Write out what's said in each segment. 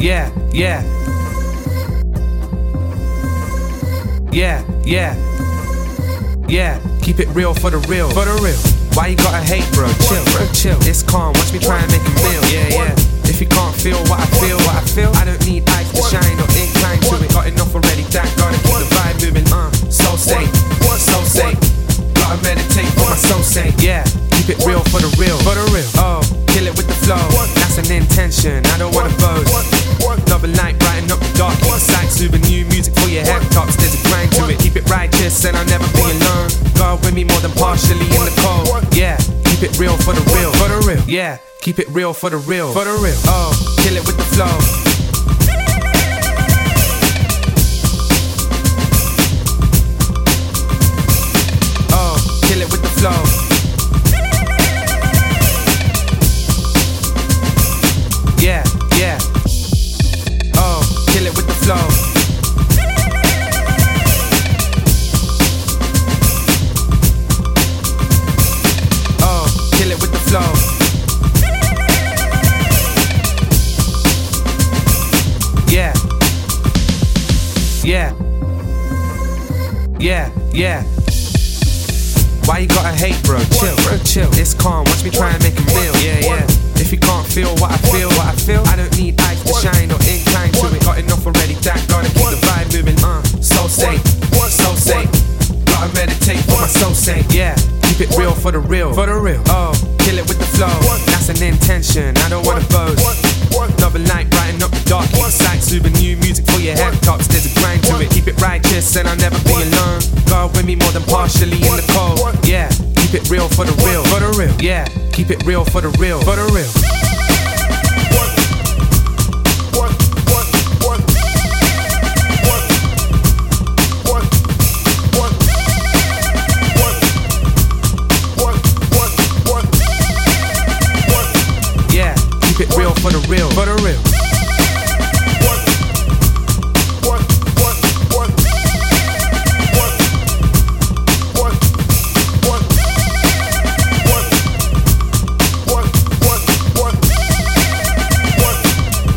yeah, yeah. Yeah, yeah. Yeah, keep it real for the real. For the real. Why you gotta hate, bro? Chill, bro, chill. It's calm, watch me try and make him feel. Yeah, yeah. If you can't feel what I feel, what I feel, I don't need ice to shine or incline to it. Got enough already, thank God to keep the vibe moving. Uh, so safe, so safe. Gotta meditate for my soul sake. Yeah, keep it real for the real. For the real. Oh, kill it with the flow. That's an intention, I don't wanna boast. Double light, brighten up the dark. Sight, super new music for your head tops. There's a grind to it. Keep it righteous, and I'll never be alone. God with me more than partially in the cold. Yeah, keep it real for the real. For the real. Yeah, keep it real for the real. For the real. Oh, kill it with the flow. Oh, kill it with the flow. Yeah, yeah. Oh, kill it with the flow. Oh, kill it with the flow. Yeah. Yeah. Yeah, yeah. Why you gotta hate, bro? Chill, bro, chill. It's calm. Watch me try and make him real. Yeah, yeah. If you can't feel what I feel, what I feel, I don't need ice to shine or incline to it. Got enough already. Thank God to keep the vibe moving. Uh, so safe, so safe. Gotta meditate for my soul sake. Yeah, keep it real for the real, for the real. Oh, kill it with the flow. That's an intention. I don't wanna boast. Double light, brighten up the dark. Sight, super new music for your head tops. There's a grind to it. Keep it righteous, and I'll never be alone. God with me more than partially in the cold. Yeah, keep it real for the real. For the real. Yeah, keep it real for the real. For the real. Yeah, keep it real for the real. For the real.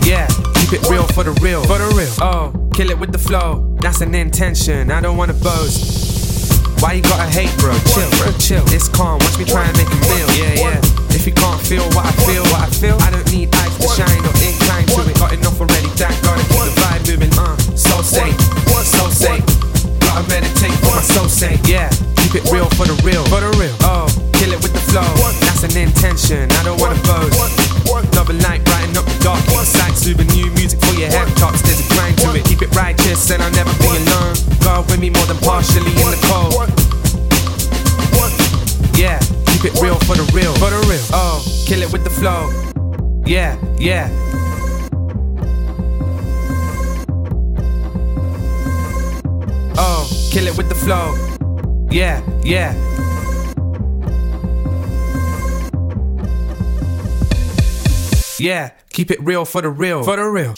Yeah, keep it real for the real. For the real. Oh, kill it with the flow. That's an intention. I don't wanna boast. Why you gotta hate, bro? Chill, bro, chill. It's calm. Watch me try and make him real. Yeah, yeah. If you can't feel what I feel, what I feel, I don't need ice to shine or incline to it. Got enough already. Thank God to keep the vibe moving. Uh, so safe, so safe. Gotta meditate for my soul sake. Yeah, keep it real for the real. For the real. Oh, kill it with the flow. That's an intention. I don't wanna boast. Double light, brighten up the dark. Sight, super new music for your head tops. There's a grind to it. Keep it righteous, and I'll never be alone. God with me more than partially in the cold. Yeah, keep it real for the real. For the real. Oh, kill it with the flow. Yeah, yeah. Oh, kill it with the flow. Yeah, yeah. Yeah, keep it real for the real. For the real.